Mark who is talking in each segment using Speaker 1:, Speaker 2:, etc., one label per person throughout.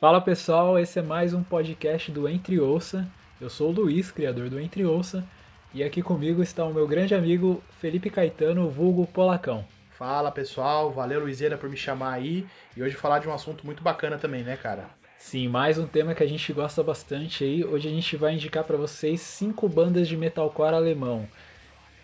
Speaker 1: Fala pessoal, esse é mais um podcast do Entre Ouça. Eu sou o Luiz, criador do Entre Ouça, e aqui comigo está o meu grande amigo Felipe Caetano, vulgo Polacão.
Speaker 2: Fala pessoal, valeu Luizeira por me chamar aí e hoje falar de um assunto muito bacana também, né, cara?
Speaker 1: Sim, mais um tema que a gente gosta bastante aí. Hoje a gente vai indicar para vocês cinco bandas de metalcore alemão.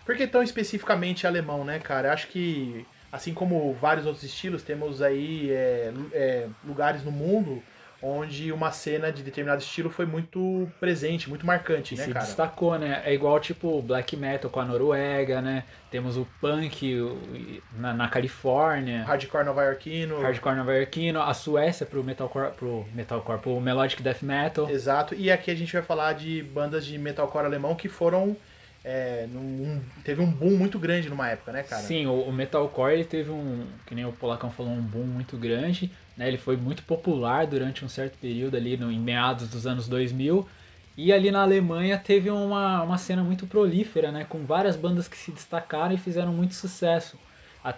Speaker 2: Por que tão especificamente alemão, né, cara? Acho que, assim como vários outros estilos, temos aí é, é, lugares no mundo onde uma cena de determinado estilo foi muito presente, muito marcante,
Speaker 1: Que
Speaker 2: né,
Speaker 1: se
Speaker 2: cara?
Speaker 1: destacou, né? É igual tipo o black metal com a Noruega, né? Temos o punk o- na, na Califórnia,
Speaker 2: Hardcore nova-iorquino.
Speaker 1: né? hardcore nova-iorquino, a Suécia pro metalcore, pro metalcore, pro melodic death metal.
Speaker 2: Exato. E aqui a gente vai falar de bandas de metalcore alemão que foram. é, num- teve um boom muito grande numa época, né, cara?
Speaker 1: Sim, o, o metalcore ele teve um, que nem o Polacão falou, um boom muito grande, né? Ele foi muito popular durante um certo período ali, no, em meados dos anos 2000. E ali na Alemanha teve uma, uma cena muito prolífera, né? Com várias bandas que se destacaram e fizeram muito sucesso.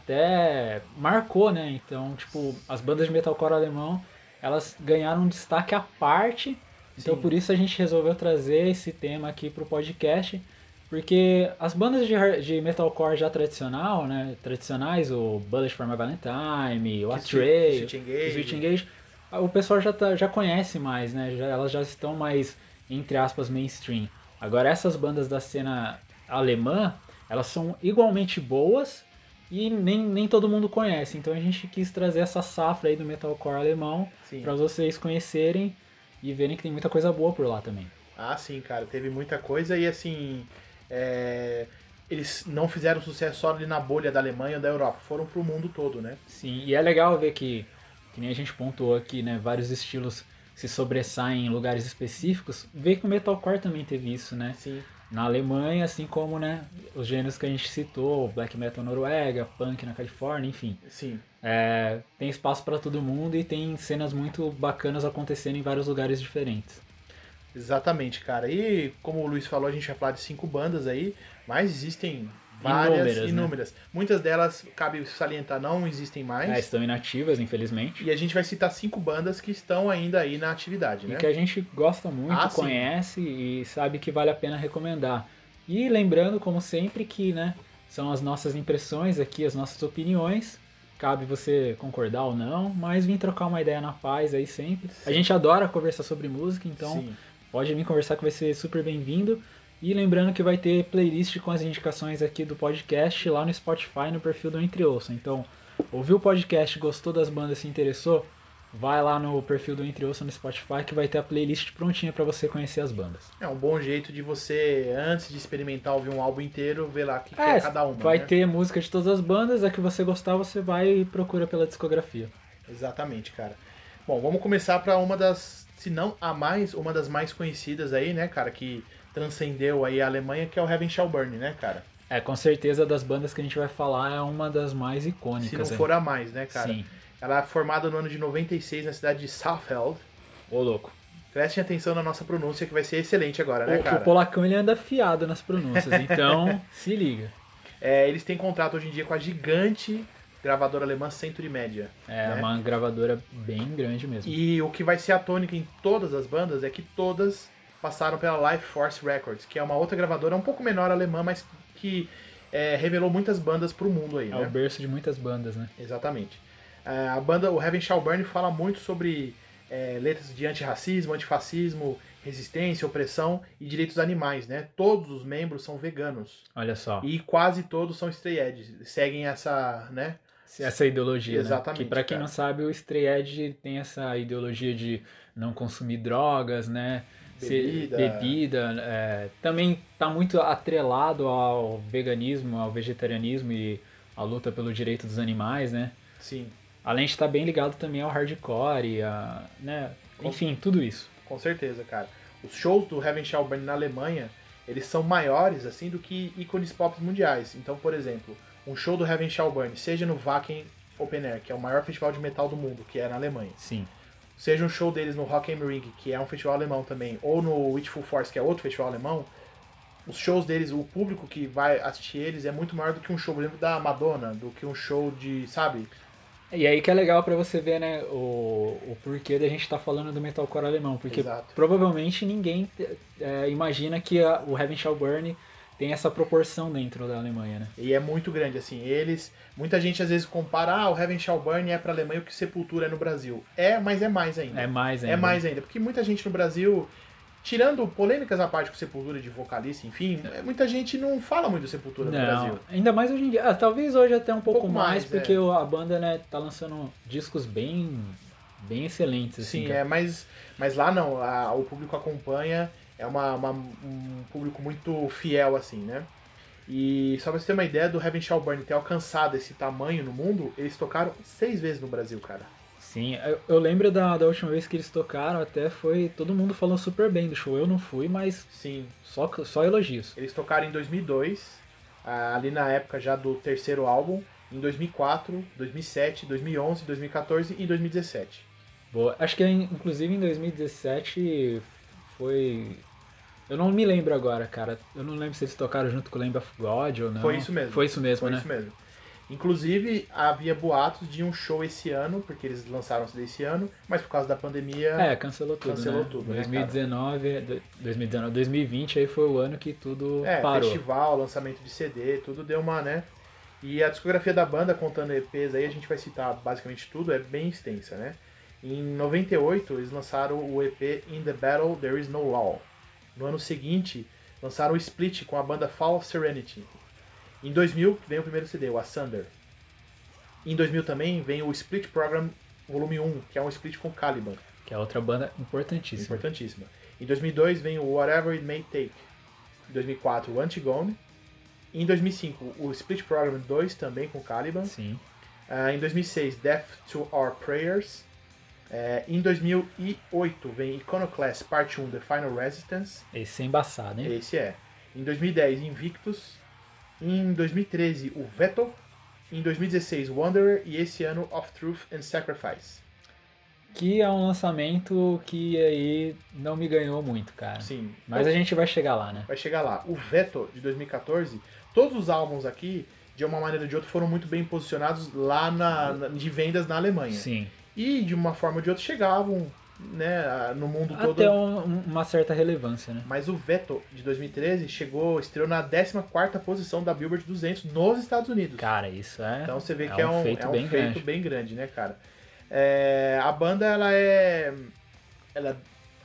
Speaker 1: Até marcou, né? Então, tipo, as bandas de metalcore alemão, elas ganharam um destaque à parte. Então,
Speaker 2: Sim.
Speaker 1: por isso a gente resolveu trazer esse tema aqui pro podcast. Porque as bandas de, har- de metalcore já tradicional, né? Tradicionais, o Bullet for My Valentine, o
Speaker 2: Kiss-
Speaker 1: Atreyu,
Speaker 2: Kiss Engage.
Speaker 1: Switch Engage, o pessoal já, tá- já conhece mais, né? Já- elas já estão mais, entre aspas, mainstream. Agora, essas bandas da cena alemã, elas são igualmente boas e nem, nem todo mundo conhece. Então a gente quis trazer essa safra aí do metalcore alemão
Speaker 2: Sim.
Speaker 1: para vocês conhecerem e verem que tem muita coisa boa por lá também.
Speaker 2: Ah, sim, cara, teve muita coisa e assim. é, Eles não fizeram sucesso só ali na bolha da Alemanha ou da Europa, foram pro mundo todo, né?
Speaker 1: Sim, e é legal ver que, que nem a gente pontuou aqui, né? Vários estilos se sobressaem em lugares específicos. Ver que o metalcore também teve isso, né?
Speaker 2: Sim.
Speaker 1: na Alemanha, assim como né, os gêneros que a gente citou, black metal na Noruega, punk na Califórnia, enfim.
Speaker 2: Sim.
Speaker 1: É, tem espaço para todo mundo e tem cenas muito bacanas acontecendo em vários lugares diferentes.
Speaker 2: Exatamente, cara. E como o Luiz falou, a gente vai falar de cinco bandas aí, mas existem várias,
Speaker 1: Inúmeras, né?
Speaker 2: inúmeras. Muitas delas, cabe salientar, não existem mais.
Speaker 1: É, estão inativas, infelizmente.
Speaker 2: E a gente vai citar cinco bandas que estão ainda aí na atividade,
Speaker 1: E
Speaker 2: né?
Speaker 1: que a gente gosta muito,
Speaker 2: Ah, sim.
Speaker 1: conhece e sabe que vale a pena recomendar. E lembrando, como sempre, que né, são as nossas impressões aqui, as nossas opiniões. Cabe você concordar ou não, mas vim trocar uma ideia na paz aí sempre. A gente adora conversar sobre música, então
Speaker 2: Sim.
Speaker 1: Pode vir conversar que vai ser super bem-vindo. E lembrando que vai ter playlist com as indicações aqui do podcast lá no Spotify, no perfil do Entre Ouça. Então, ouviu o podcast, gostou das bandas, se interessou? Vai lá no perfil do Entre Ouça no Spotify que vai ter a playlist prontinha pra você conhecer as bandas.
Speaker 2: É um bom jeito de você, antes de experimentar ouvir um álbum inteiro, ver lá o que, que
Speaker 1: É,
Speaker 2: é cada uma.
Speaker 1: vai
Speaker 2: né?
Speaker 1: ter música de todas as bandas, a que você gostar você vai e procura pela discografia.
Speaker 2: Exatamente, cara. Bom, vamos começar para uma das, se não a mais, uma das mais conhecidas aí, né, cara, que transcendeu aí a Alemanha, que é o Heaven Shall Burn, né, cara?
Speaker 1: É, com certeza das bandas que a gente vai falar é uma das mais icônicas.
Speaker 2: Se não
Speaker 1: né?
Speaker 2: for a mais, né, cara?
Speaker 1: Sim,
Speaker 2: Ela é formada no ano de 96 na cidade de Saalfeld.
Speaker 1: ô louco.
Speaker 2: Prestem atenção na nossa pronúncia que vai ser excelente agora, né,
Speaker 1: O, o
Speaker 2: cara?
Speaker 1: polacão ele anda fiado nas pronúncias, então se liga.
Speaker 2: É, eles têm contrato hoje em dia com a gigante gravadora alemã Century Media.
Speaker 1: É
Speaker 2: né?
Speaker 1: uma gravadora bem grande mesmo.
Speaker 2: E o que vai ser a tônica em todas as bandas é que todas passaram pela Life Force Records, que é uma outra gravadora um pouco menor alemã, mas que é, revelou muitas bandas pro mundo aí,
Speaker 1: É o
Speaker 2: né?
Speaker 1: berço de muitas bandas, né?
Speaker 2: Exatamente. É, A banda, o Heaven Shall Burn, fala muito sobre é, letras de antirracismo, antifascismo, resistência, opressão e direitos animais, né? Todos os membros são veganos.
Speaker 1: Olha só.
Speaker 2: E quase todos são stray edge, seguem essa, né?
Speaker 1: Essa ideologia,
Speaker 2: Exatamente,
Speaker 1: né? Que pra quem
Speaker 2: cara.
Speaker 1: não sabe, o Stray Edge tem essa ideologia de não consumir drogas, né? Ser-
Speaker 2: Bebida.
Speaker 1: bebida, é, também tá muito atrelado ao veganismo, ao vegetarianismo e à luta pelo direito dos animais, né?
Speaker 2: Sim.
Speaker 1: Além de estar bem ligado também ao hardcore e a, né? Enfim, tudo isso.
Speaker 2: Com certeza, cara. Os shows do Heaven Shall Burn na Alemanha, eles são maiores, assim, do que ícones pop mundiais. Então, por exemplo, um show do Heaven Shall Burn, seja no Wacken Open Air, que é o maior festival de metal do mundo, que é na Alemanha,
Speaker 1: Sim.
Speaker 2: seja um show deles no Rock am Ring, que é um festival alemão também, ou no Witchful Force, que é outro festival alemão, os shows deles, o público que vai assistir eles é muito maior do que um show, por exemplo, da Madonna, do que um show de, sabe?
Speaker 1: E aí que é legal pra você ver, né, o, o porquê da gente tá falando do metalcore alemão, porque
Speaker 2: Exato.
Speaker 1: provavelmente ninguém é, imagina que a- o Heaven Shall Burn tem essa proporção dentro da Alemanha, né?
Speaker 2: E é muito grande, assim. Eles. Muita gente às vezes compara, ah, o Heaven Shall Burn é pra Alemanha o que Sepultura é no Brasil. É, mas é mais ainda.
Speaker 1: É mais ainda.
Speaker 2: É mais ainda, porque muita gente no Brasil, tirando polêmicas à parte com Sepultura de vocalista, enfim, é, muita gente não fala muito do Sepultura no Brasil.
Speaker 1: Não, ainda mais hoje em dia. Ah, talvez hoje até um pouco,
Speaker 2: pouco
Speaker 1: mais,
Speaker 2: mais,
Speaker 1: porque
Speaker 2: é.
Speaker 1: o- a banda né, tá lançando discos bem, bem excelentes. Assim,
Speaker 2: Sim,
Speaker 1: cara.
Speaker 2: é, mas, mas lá não, lá o público acompanha, é uma, uma- um público muito fiel, assim, né? E só pra você ter uma ideia do Heaven Shall Burn ter alcançado esse tamanho no mundo, eles tocaram seis vezes no Brasil, cara.
Speaker 1: Sim, eu, eu lembro da, da última vez que eles tocaram, até foi. Todo mundo falou super bem do show. Eu não fui, mas
Speaker 2: Sim.
Speaker 1: só, só elogios.
Speaker 2: Eles tocaram em 2002, ah, ali na época já do terceiro álbum, em 2004, 2007, 2011, 2014 e 2017.
Speaker 1: Boa. Acho que inclusive em 2017 foi. Eu não me lembro agora, cara. Eu não lembro se eles tocaram junto com o Lamb of God ou não.
Speaker 2: Foi isso mesmo.
Speaker 1: Foi isso mesmo,
Speaker 2: Foi
Speaker 1: né?
Speaker 2: isso mesmo. Inclusive, havia boatos de um show esse ano, porque eles lançaram o CD esse ano, mas por causa da pandemia.
Speaker 1: É, cancelou tudo.
Speaker 2: Cancelou
Speaker 1: né?
Speaker 2: tudo, né,
Speaker 1: 2019, do- 2019, 2020 aí foi o ano que tudo parou.
Speaker 2: É, festival, lançamento de CD, tudo deu uma, né? E a discografia da banda, contando EPs aí, a gente vai citar basicamente tudo, é bem extensa, né? Em 98, eles lançaram o EP In the Battle There Is No Law. No ano seguinte, lançaram o Split com a banda Fall Serenity. Em 2000, vem o primeiro CD, o Asunder. Em 2000 também vem o Split Program Volume 1, que é um split com Caliban.
Speaker 1: Que é outra banda importantíssima.
Speaker 2: Importantíssima. Em 2002 vem o Whatever It May Take. Em 2004, o Antigone. Em 2005, o Split Program 2, também com Caliban.
Speaker 1: Sim.
Speaker 2: Ah, em 2006, Death to Our Prayers. Eh, em 2008, vem Iconoclast Part 1, The Final Resistance.
Speaker 1: Esse é embaçado, hein?
Speaker 2: Esse é. Em 2010, Invictus. Em 2013, o Veto. Em 2016, Wanderer. E esse ano, Of Truth and Sacrifice.
Speaker 1: Que é um lançamento que aí não me ganhou muito, cara.
Speaker 2: Sim.
Speaker 1: É. Mas a gente vai chegar lá, né?
Speaker 2: vai chegar lá. O Veto de 2014, todos os álbuns aqui, de uma maneira ou de outra, foram muito bem posicionados lá na, na- de vendas na Alemanha.
Speaker 1: Sim.
Speaker 2: E de uma forma ou de outra chegavam né, a- no mundo todo.
Speaker 1: Até um- uma certa relevância, né?
Speaker 2: Mas o Veto de 2013 chegou, estreou na 14 posição da Billboard 200 nos Estados Unidos.
Speaker 1: Cara, isso é.
Speaker 2: Então você vê
Speaker 1: é
Speaker 2: que é um,
Speaker 1: feito,
Speaker 2: é um
Speaker 1: bem,
Speaker 2: feito
Speaker 1: grande.
Speaker 2: bem grande, né, cara? É, a banda, ela é. Ela,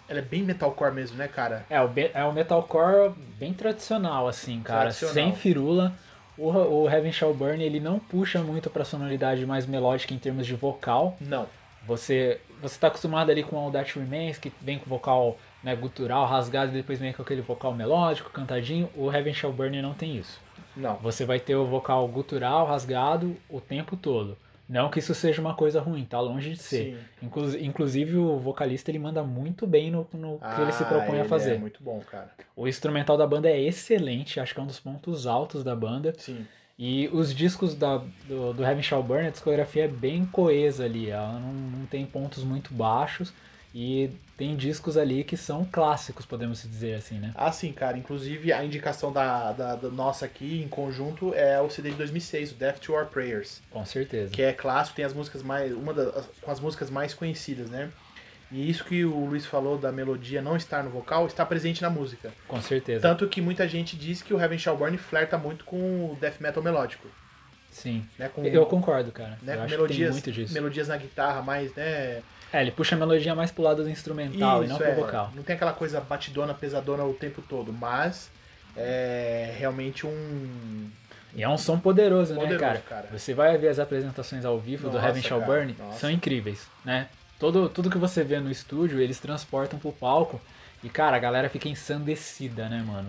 Speaker 2: ela é bem metalcore mesmo, né, cara?
Speaker 1: É, o, be- é um metalcore bem tradicional, assim, cara.
Speaker 2: Tradicional.
Speaker 1: Sem firula. O, o Heaven Shall Burn, ele não puxa muito pra sonoridade mais melódica em termos de vocal.
Speaker 2: Não.
Speaker 1: Você, você tá acostumado ali com All That Remains, que vem com vocal né, gutural, rasgado, e depois vem com aquele vocal melódico, cantadinho. O Heaven Shall Burn não tem isso.
Speaker 2: Não.
Speaker 1: Você vai ter o vocal gutural, rasgado, o tempo todo. Não que isso seja uma coisa ruim, tá longe de ser.
Speaker 2: Sim.
Speaker 1: Inclu- inclusive, o vocalista, ele manda muito bem no, no que ele se
Speaker 2: Ah,
Speaker 1: propõe a
Speaker 2: ele
Speaker 1: fazer.
Speaker 2: É muito bom, cara.
Speaker 1: O instrumental da banda é excelente, acho que é um dos pontos altos da banda.
Speaker 2: Sim.
Speaker 1: E os discos da, do, do Heaven Shall Burn, a discografia é bem coesa ali, ela não, não tem pontos muito baixos. E tem discos ali que são clássicos, podemos dizer assim, né?
Speaker 2: Ah, sim, cara. Inclusive, a indicação da, da- da nossa aqui, em conjunto, é o CD de 2006, o Death to Our Prayers,
Speaker 1: Com certeza.
Speaker 2: que é clássico, tem as músicas mais... Uma das com as músicas mais conhecidas, né? E isso que o Luiz falou da melodia não estar no vocal, está presente na música.
Speaker 1: Com certeza.
Speaker 2: Tanto que muita gente diz que o Heaven Shall Burn flerta muito com o death metal melódico,
Speaker 1: Sim.
Speaker 2: né? Com,
Speaker 1: Eu concordo, cara.
Speaker 2: né?
Speaker 1: Eu acho
Speaker 2: com
Speaker 1: que tem
Speaker 2: melodias,
Speaker 1: muito disso.
Speaker 2: melodias na guitarra mais, né?
Speaker 1: É, ele puxa a melodia mais pro lado do instrumental e não pro
Speaker 2: é,
Speaker 1: vocal.
Speaker 2: Não tem aquela coisa batidona, pesadona o tempo todo, mas é realmente um.
Speaker 1: E é um som poderoso, né,
Speaker 2: Poderoso,
Speaker 1: cara?
Speaker 2: cara.
Speaker 1: Você vai ver as apresentações ao vivo do
Speaker 2: Nossa,
Speaker 1: Heaven Shall
Speaker 2: cara,
Speaker 1: Burn,
Speaker 2: nossa.
Speaker 1: são incríveis, né? Todo, tudo que você vê no estúdio, eles transportam pro palco. E, cara, a galera fica ensandecida, né, mano?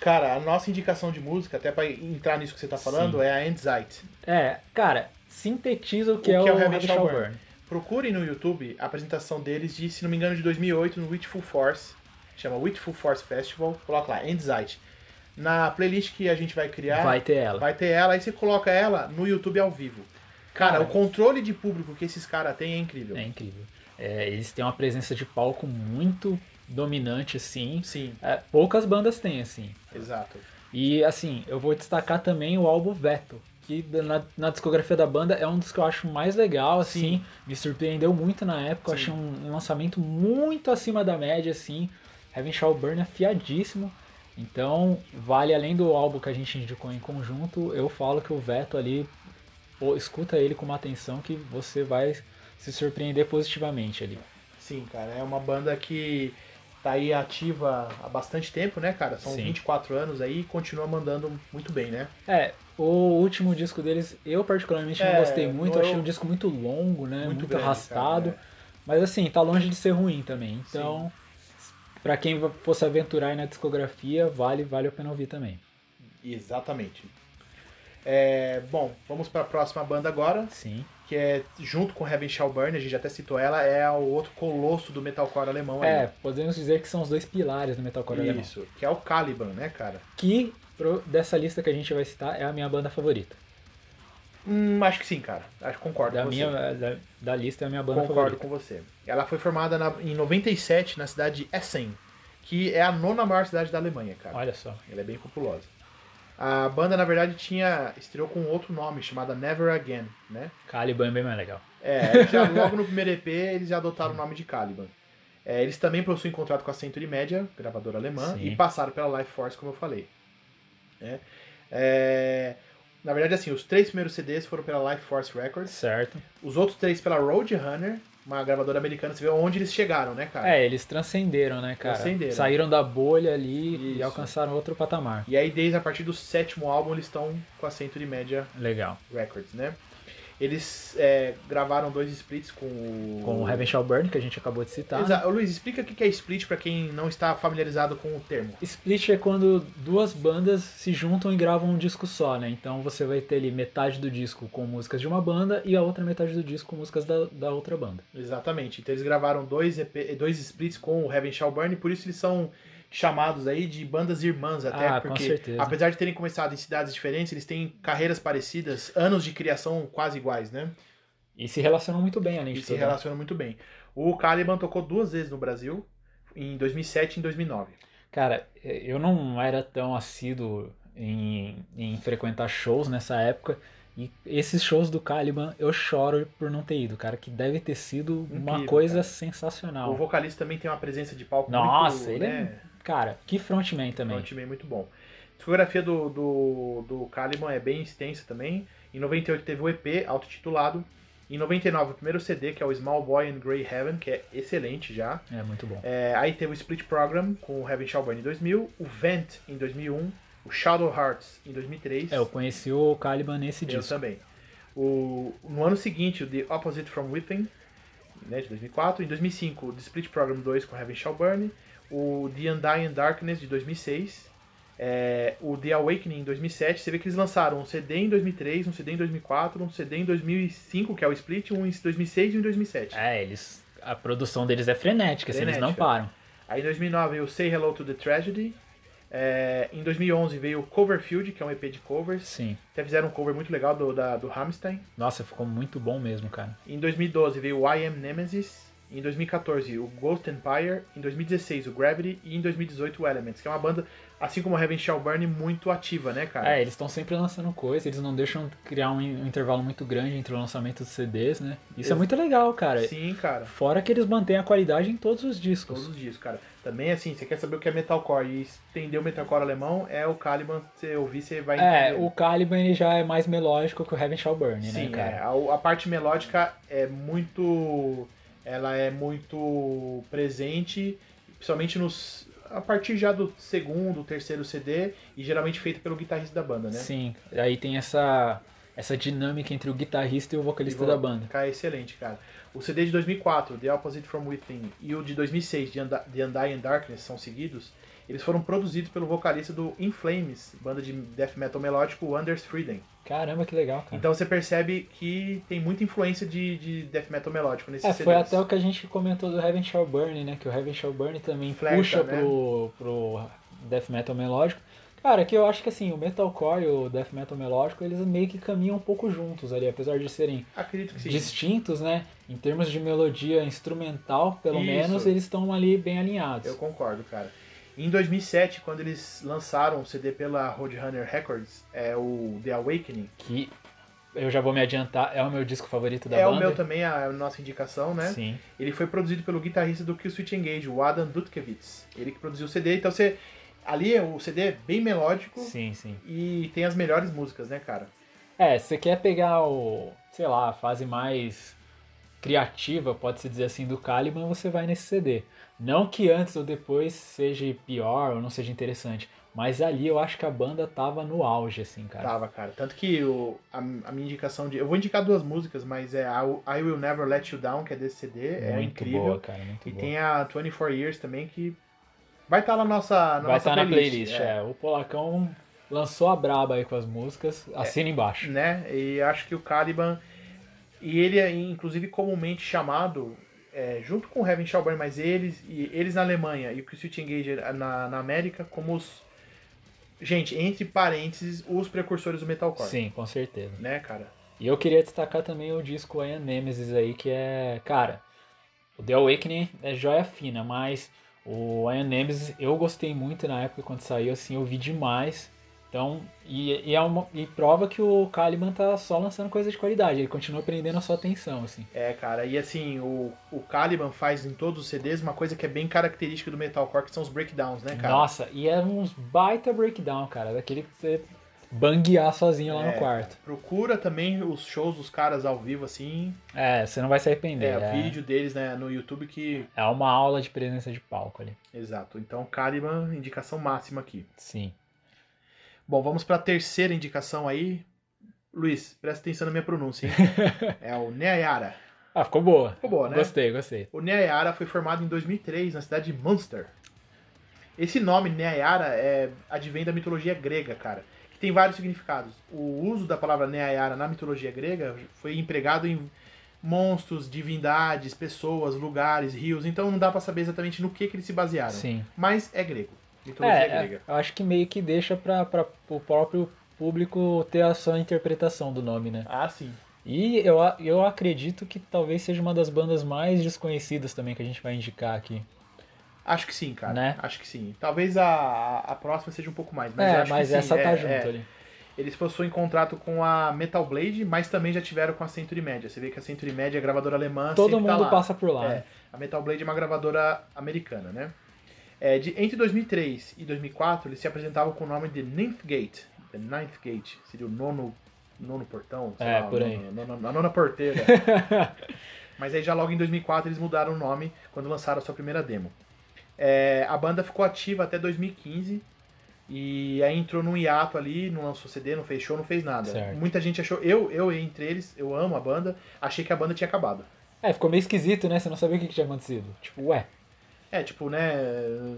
Speaker 2: Cara, a nossa indicação de música, até pra entrar nisso que você tá falando, é a Anxiety.
Speaker 1: É, cara, sintetiza o que, é, o Heaven Shall Burn.
Speaker 2: Procurem no YouTube a apresentação deles de, se não me engano, de 2008 no Witchful Force. Chama Witchful Force Festival. Coloca lá, Anxiety. Na playlist que a gente vai criar,
Speaker 1: Vai ter ela.
Speaker 2: vai ter ela. Aí você coloca ela no YouTube ao vivo. Cara,
Speaker 1: Cara.
Speaker 2: o controle de público que esses caras têm é incrível.
Speaker 1: É incrível. É, eles têm uma presença de palco muito dominante, assim.
Speaker 2: Sim,
Speaker 1: É, poucas bandas têm, assim.
Speaker 2: exato.
Speaker 1: E assim, eu vou destacar também o álbum Veto, que que na, na discografia da banda é um dos que eu acho mais legal, assim. Me surpreendeu muito na época. Eu
Speaker 2: Sim.
Speaker 1: achei um, um lançamento muito acima da média, assim. Heaven Shall Burn afiadíssimo. Então, vale além do álbum que a gente indicou em conjunto, eu falo que o Veto ali, pô, escuta ele com uma atenção que você vai se surpreender positivamente ali.
Speaker 2: Sim, cara, é uma banda que tá aí ativa há bastante tempo, né, cara? São
Speaker 1: Sim.
Speaker 2: 24 anos aí e continua mandando muito bem, né?
Speaker 1: É, o último disco deles, eu particularmente
Speaker 2: É,
Speaker 1: não gostei muito,
Speaker 2: não é
Speaker 1: achei
Speaker 2: o-
Speaker 1: um disco muito longo, né? Muito,
Speaker 2: grande,
Speaker 1: arrastado.
Speaker 2: cara, é.
Speaker 1: Mas assim, tá longe de ser ruim também. Então, pra quem fosse aventurar aí na discografia, vale, vale a pena ouvir também.
Speaker 2: é. Exatamente. É, bom, vamos para a próxima banda agora,
Speaker 1: Sim.
Speaker 2: que é junto com Heaven Shall Burn, a gente já até citou ela, é o outro colosso do metalcore alemão
Speaker 1: É,
Speaker 2: aí.
Speaker 1: podemos dizer que são os dois pilares do metalcore alemão.
Speaker 2: Isso, que é o Caliban, né, cara?
Speaker 1: Que pro- dessa lista que a gente vai citar é a minha banda favorita.
Speaker 2: Hum, acho que sim, cara. Acho que concordo
Speaker 1: Da
Speaker 2: com você.
Speaker 1: minha da, da lista é a minha banda
Speaker 2: Concordo
Speaker 1: favorita.
Speaker 2: com você. Ela foi formada na- em 97 na cidade de Essen, que é a nona maior cidade da Alemanha, cara.
Speaker 1: Olha só.
Speaker 2: Ela é bem populosa. A banda, na verdade, tinha estreou com outro nome, chamada Never Again, né?
Speaker 1: Caliban é bem mais legal.
Speaker 2: É, já logo no primeiro EP eles já adotaram o nome de Caliban. É, eles também possuem contrato com a Century Media, gravadora alemã,
Speaker 1: Sim.
Speaker 2: e passaram pela Life Force, como eu falei. né? É, na verdade, assim, os três primeiros CDs foram pela Life Force Records,
Speaker 1: Certo.
Speaker 2: os outros três pela Roadrunner, uma gravadora americana, você vê onde eles chegaram, né, cara?
Speaker 1: É, eles transcenderam, né, cara?
Speaker 2: Transcenderam.
Speaker 1: Saíram da bolha ali e
Speaker 2: Isso.
Speaker 1: alcançaram outro patamar.
Speaker 2: E aí, desde a partir do sétimo álbum, eles estão com a Century Media
Speaker 1: Legal.
Speaker 2: Records, né? Eles é, gravaram dois splits com o.
Speaker 1: Com o Heaven Shall Burn, que a gente acabou de citar.
Speaker 2: Exa- Ô, Luiz, explica o que é split pra quem não está familiarizado com o termo.
Speaker 1: Split é quando duas bandas se juntam e gravam um disco só, né? Então você vai ter ali metade do disco com músicas de uma banda e a outra metade do disco com músicas da, da outra banda.
Speaker 2: Exatamente. Então eles gravaram dois, EP, dois splits com o Heaven Shall Burn, e por isso eles são chamados aí de bandas irmãs, até
Speaker 1: Ah, com
Speaker 2: porque
Speaker 1: certeza.
Speaker 2: apesar de terem começado em cidades diferentes, eles têm carreiras parecidas, anos de criação quase iguais, né?
Speaker 1: E se relacionam muito bem, além
Speaker 2: E
Speaker 1: de
Speaker 2: se
Speaker 1: tudo.
Speaker 2: relacionam muito bem. O Caliban tocou duas vezes no Brasil, em 2007 e em 2009.
Speaker 1: Cara, é, eu não era tão assíduo em, em frequentar shows nessa época. E esses shows do Caliban, eu choro por não ter ido, cara. Que deve ter sido uma
Speaker 2: Incrível,
Speaker 1: coisa
Speaker 2: cara.
Speaker 1: sensacional.
Speaker 2: O vocalista também tem uma presença de palco muito...
Speaker 1: Ah. Nossa, ele é
Speaker 2: né?
Speaker 1: Cara, que frontman
Speaker 2: É um
Speaker 1: também.
Speaker 2: time muito bom. A discografia do, do, do Caliban é bem extensa também. Em 98 teve o EP, autotitulado. Em 99 o primeiro CD, que é o Small Boy and Grey Heaven, que é excelente já.
Speaker 1: É muito bom.
Speaker 2: É, aí teve o Split Program com o Heaven Shall Burn em 2000, o Vent em 2001, o Shadow Hearts em 2003.
Speaker 1: É, eu conheci o Caliban nesse
Speaker 2: Eu
Speaker 1: disco.
Speaker 2: também. O, no ano seguinte, o The Opposite from Within, né, de 2004. Em 2005, o The Split Program 2 com Heaven Shall Burn. O The Undying Darkness, de 2006. é, o The Awakening, em 2007. Você vê que eles lançaram um CD em 2003, um CD em 2004, um CD em 2005, que é o Split, um em 2006 e um em 2007.
Speaker 1: É, eles. A produção deles é frenética, assim, eles não
Speaker 2: Frenética.
Speaker 1: param.
Speaker 2: Aí em 2009 veio o Say Hello to the Tragedy. é, em 2011 veio o Coverfield, que é um EP de covers.
Speaker 1: Sim.
Speaker 2: Até fizeram um cover muito legal do, da, do Rammstein.
Speaker 1: Nossa, ficou muito bom mesmo, cara.
Speaker 2: Em 2012 veio o I Am Nemesis. Em 2014 o Ghost Empire. Em 2016 o Gravity. E em 2018 o Elements, que é uma banda, assim como a Heaven Shall Burn, muito ativa, né, cara?
Speaker 1: É, eles estão sempre lançando coisa, eles não deixam criar um, in- um intervalo muito grande entre o lançamento dos CDs, né? Isso é
Speaker 2: Ex-
Speaker 1: muito legal, cara.
Speaker 2: Sim, cara.
Speaker 1: Fora que eles mantêm a qualidade em todos os
Speaker 2: Todos
Speaker 1: discos.
Speaker 2: os dias, cara. Também, assim, você quer saber o que é metalcore e entender o metalcore alemão, é o Caliban. Você ouvir, você vai
Speaker 1: É,
Speaker 2: entender.
Speaker 1: o Caliban ele já é mais melódico que o Heaven Shall Burn, né,
Speaker 2: Sim,
Speaker 1: cara?
Speaker 2: é. A, a parte melódica é muito. Ela é muito presente, principalmente nos. A partir já do segundo, terceiro CD, e geralmente feito pelo guitarrista da banda, né?
Speaker 1: Sim, aí tem essa, essa dinâmica entre o guitarrista e o vocalista
Speaker 2: E
Speaker 1: da
Speaker 2: vou-
Speaker 1: banda.
Speaker 2: Cara, excelente, cara. O CD de 2004, The Opposite From Within, e o de 2006, The, Undi- The Undying Darkness, são seguidos. Eles foram produzidos pelo vocalista do In Flames, banda de death metal melódico Anders Frieden.
Speaker 1: Caramba, que legal, cara.
Speaker 2: Então você percebe que tem muita influência de, de death metal melódico nesse
Speaker 1: É,
Speaker 2: CD.
Speaker 1: foi até o que a gente comentou do Heaven Shall Burn, né? Que o Heaven Shall Burn também
Speaker 2: Flerta,
Speaker 1: puxa
Speaker 2: né?
Speaker 1: pro, pro death metal melódico. Cara, que eu acho que assim, o metalcore e o death metal melódico, eles meio que caminham um pouco juntos ali, apesar de serem
Speaker 2: Acredito que sim.
Speaker 1: distintos, né? Em termos de melodia instrumental, pelo
Speaker 2: Isso.
Speaker 1: menos, eles estão ali bem alinhados.
Speaker 2: Eu concordo, cara. Em 2007, quando eles lançaram o CD pela Roadrunner Records, é o The Awakening,
Speaker 1: Que eu já vou me adiantar, é o meu disco favorito da
Speaker 2: é
Speaker 1: banda.
Speaker 2: o meu também, a nossa indicação, né?
Speaker 1: Sim.
Speaker 2: Ele foi produzido pelo guitarrista do Kill Switch Engage, o Adam Dutkiewicz. Ele que produziu o CD, então você. Ali o CD é bem melódico
Speaker 1: Sim, sim.
Speaker 2: e tem as melhores músicas, né, cara?
Speaker 1: É, se você quer pegar o, sei lá, a fase mais criativa, pode-se dizer assim, do Caliban, você vai nesse CD. Não que antes ou depois seja pior ou não seja interessante, mas ali eu acho que a banda tava no auge, assim, cara.
Speaker 2: Tava, cara. Tanto que o, a, a minha indicação de. Eu vou indicar duas músicas, mas é a I Will Never Let You Down, que é desse CD, é
Speaker 1: muito
Speaker 2: incrível.
Speaker 1: boa, cara, muito
Speaker 2: E
Speaker 1: boa.
Speaker 2: tem a 24 Years também, que vai estar tá na nossa, na
Speaker 1: vai
Speaker 2: nossa
Speaker 1: estar na playlist,
Speaker 2: é.
Speaker 1: é. O Polacão lançou a braba aí com as músicas,
Speaker 2: É.
Speaker 1: assina embaixo.
Speaker 2: né? E acho que o Caliban, e ele é inclusive comumente chamado, é, junto com o Heaven Shall Burn, mas eles, e eles na Alemanha e o Christian Engage na, na América, como os. Gente, entre parênteses, os precursores do metalcore.
Speaker 1: Sim, com certeza.
Speaker 2: Né, cara?
Speaker 1: E eu queria destacar também o disco Ian Nemesis aí, que é. Cara, o The Awakening é joia fina, mas o Ian Nemesis eu gostei muito na época quando saiu, assim, eu vi demais. Então, e, e é uma, e prova que o Caliban tá só lançando coisa de qualidade, ele continua prendendo a sua atenção, assim.
Speaker 2: É, cara, e assim, o, o Caliban faz em todos os CDs uma coisa que é bem característica do metalcore, que são os breakdowns, né, cara?
Speaker 1: Nossa, e é uns baita breakdown, cara, daquele que você banguear sozinho lá no
Speaker 2: É.
Speaker 1: quarto.
Speaker 2: Procura também os shows dos caras ao vivo, assim,
Speaker 1: É, você não vai se
Speaker 2: é,
Speaker 1: arrepender. É,
Speaker 2: vídeo deles né, no YouTube que.
Speaker 1: é uma aula de presença de palco ali.
Speaker 2: Exato. Então, Caliban, indicação máxima aqui.
Speaker 1: Sim.
Speaker 2: Bom, vamos para a terceira indicação aí. Luiz, presta atenção na minha pronúncia, hein? é o Neayara.
Speaker 1: Ah, ficou boa.
Speaker 2: Ficou boa, né?
Speaker 1: Gostei, gostei.
Speaker 2: O Neayara foi formado em 2003 na cidade de Munster. Esse nome, Neayara, é, advém da mitologia grega, cara, que tem vários significados. O uso da palavra Neayara na mitologia grega foi empregado em monstros, divindades, pessoas, lugares, rios, então não dá para saber exatamente no que, que eles se basearam.
Speaker 1: Sim.
Speaker 2: Mas é grego.
Speaker 1: É,
Speaker 2: Mitologia
Speaker 1: é,
Speaker 2: grega.
Speaker 1: eu acho que meio que deixa pra, pra o próprio público ter a sua interpretação do nome, né?
Speaker 2: Ah, sim.
Speaker 1: E eu, a- eu acredito que talvez seja uma das bandas mais desconhecidas também que a gente vai indicar aqui.
Speaker 2: Acho que sim, cara.
Speaker 1: Né?
Speaker 2: Acho que sim. Talvez a- a, a próxima seja um pouco mais, mas
Speaker 1: é,
Speaker 2: acho
Speaker 1: mas
Speaker 2: que sim.
Speaker 1: essa
Speaker 2: É,
Speaker 1: tá
Speaker 2: é.
Speaker 1: junto ali.
Speaker 2: Eles possuem contrato com a Metal Blade, mas também já tiveram com a Century Media. Você vê que a Century Media é gravadora alemã.
Speaker 1: Todo
Speaker 2: sempre tá
Speaker 1: mundo
Speaker 2: lá.
Speaker 1: passa por lá.
Speaker 2: É, a Metal Blade é uma gravadora americana, né? É, de, entre 2003 e 2004, eles se apresentavam com o nome de Ninth Gate. The Ninth Gate. Seria o nono, nono portão? sei
Speaker 1: É,
Speaker 2: lá,
Speaker 1: por aí.
Speaker 2: a nona- a nona porteira. Mas aí já logo em 2004 eles mudaram o nome quando lançaram a sua primeira demo. É, a banda ficou ativa até 2015 e aí entrou num hiato ali, não lançou CD, não fez show, não fez nada.
Speaker 1: Certo.
Speaker 2: Muita gente achou, eu, eu entre eles, eu amo a banda, achei que a banda tinha acabado.
Speaker 1: É, ficou meio esquisito, né? Você não sabia o que, que tinha acontecido. Tipo, ué.
Speaker 2: É, tipo, né,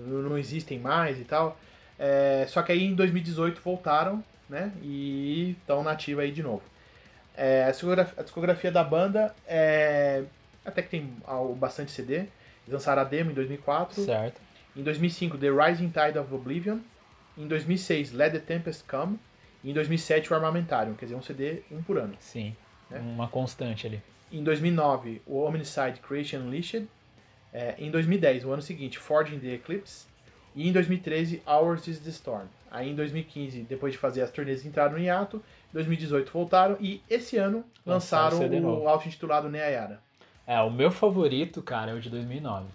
Speaker 2: não existem mais e tal. É, só que aí em 2018 voltaram, né, e estão na ativa aí de novo. É, a, discografia, a discografia da banda é, até que tem ao- bastante CD. Eles lançaram a demo em 2004.
Speaker 1: Certo.
Speaker 2: Em 2005, The Rising Tide of Oblivion. Em 2006, Let the Tempest Come. E em 2007, o Armamentarium, quer dizer, um CD, um por ano.
Speaker 1: Sim.
Speaker 2: É.
Speaker 1: Uma constante ali.
Speaker 2: Em 2009, o Omnicide Creation Unleashed. É, em 2010, o ano seguinte, Forging the Eclipse. E em 2013, Ours is the Storm. Aí em 2015, depois de fazer as turnês, entraram em hiato. Em 2018 voltaram e esse ano
Speaker 1: Lançaram
Speaker 2: lançaram
Speaker 1: o CD
Speaker 2: o
Speaker 1: novo.
Speaker 2: auto intitulado Neayara.
Speaker 1: É, o meu favorito, cara, é o de 2009.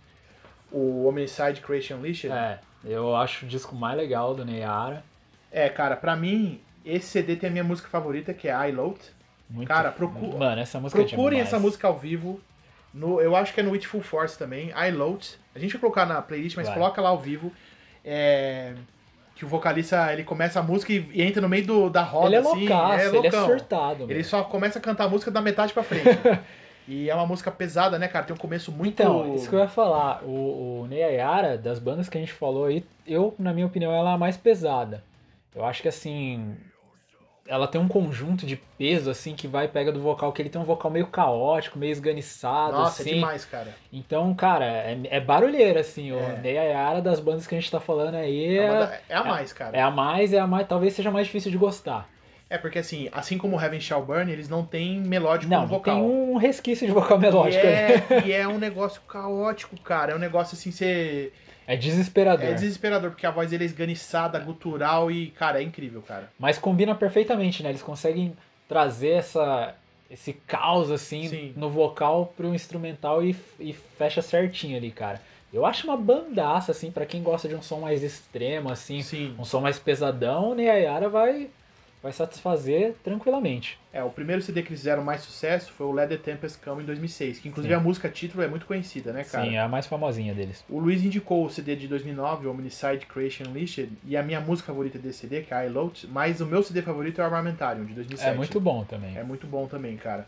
Speaker 2: O Omnicide Creation Unleashed.
Speaker 1: É, eu acho o disco mais legal do Neyara.
Speaker 2: É, cara, pra mim, esse CD tem a minha música favorita, que é I Loathe.
Speaker 1: Muito
Speaker 2: Cara, procu-
Speaker 1: Mano, essa música é
Speaker 2: Procurem
Speaker 1: demais.
Speaker 2: essa música ao vivo. No, eu acho que é no Witful Force também. I Loathe. A gente vai colocar na playlist, mas
Speaker 1: Vai.
Speaker 2: coloca lá ao vivo. É, que o vocalista, ele começa a música e, e entra no meio do, da roda,
Speaker 1: Ele é
Speaker 2: assim.
Speaker 1: loucaço,
Speaker 2: é
Speaker 1: ele é
Speaker 2: loucão.
Speaker 1: surtado.
Speaker 2: Ele
Speaker 1: mano.
Speaker 2: só começa a cantar a música da metade pra frente. e é uma música pesada, né, cara? Tem um começo muito...
Speaker 1: Então, isso que eu ia falar, o, o Neyayara, das bandas que a gente falou aí, eu, na minha opinião, ela é a mais pesada. Eu acho que assim. Ela tem um conjunto de peso, assim, que vai e pega do vocal, que ele tem um vocal meio caótico, meio esganiçado,
Speaker 2: Nossa, é
Speaker 1: assim.
Speaker 2: demais, cara.
Speaker 1: então, cara, é, é barulheira, assim.
Speaker 2: É.
Speaker 1: O Neyayara das bandas que a gente tá falando aí
Speaker 2: É, uma
Speaker 1: é,
Speaker 2: da- é a mais, cara.
Speaker 1: é a mais, é a mais. Talvez seja a mais difícil de gostar.
Speaker 2: É porque, assim, assim como Heaven Shall Burn, eles não têm melódico
Speaker 1: não,
Speaker 2: no
Speaker 1: não
Speaker 2: vocal.
Speaker 1: tem um resquício de vocal melódico
Speaker 2: e
Speaker 1: aí. é...
Speaker 2: é, e é um negócio caótico, cara. É um negócio assim, você.
Speaker 1: desesperador.
Speaker 2: É desesperador, porque a voz dele é esganiçada, gutural e, cara, é incrível, cara.
Speaker 1: Mas combina perfeitamente, né? Eles conseguem trazer essa, esse caos assim
Speaker 2: Sim.
Speaker 1: no vocal pro instrumental e, e fecha certinho ali, cara. Eu acho uma bandaça, assim, pra quem gosta de um som mais extremo, assim,
Speaker 2: Sim.
Speaker 1: um som mais pesadão, né? A Yara vai, vai satisfazer tranquilamente.
Speaker 2: É, o primeiro CD que eles fizeram mais sucesso foi o Let the Tempest Come em 2006, que inclusive
Speaker 1: Sim.
Speaker 2: a música título é muito conhecida, né, cara?
Speaker 1: Sim, é a mais famosinha deles.
Speaker 2: O Luiz indicou o CD de 2009, o Omnicide Creation Listed, e a minha música favorita desse CD, que é I Loat, mas o meu CD favorito é o Armamentarium, de 2007.
Speaker 1: É muito bom também.
Speaker 2: É muito bom também, cara.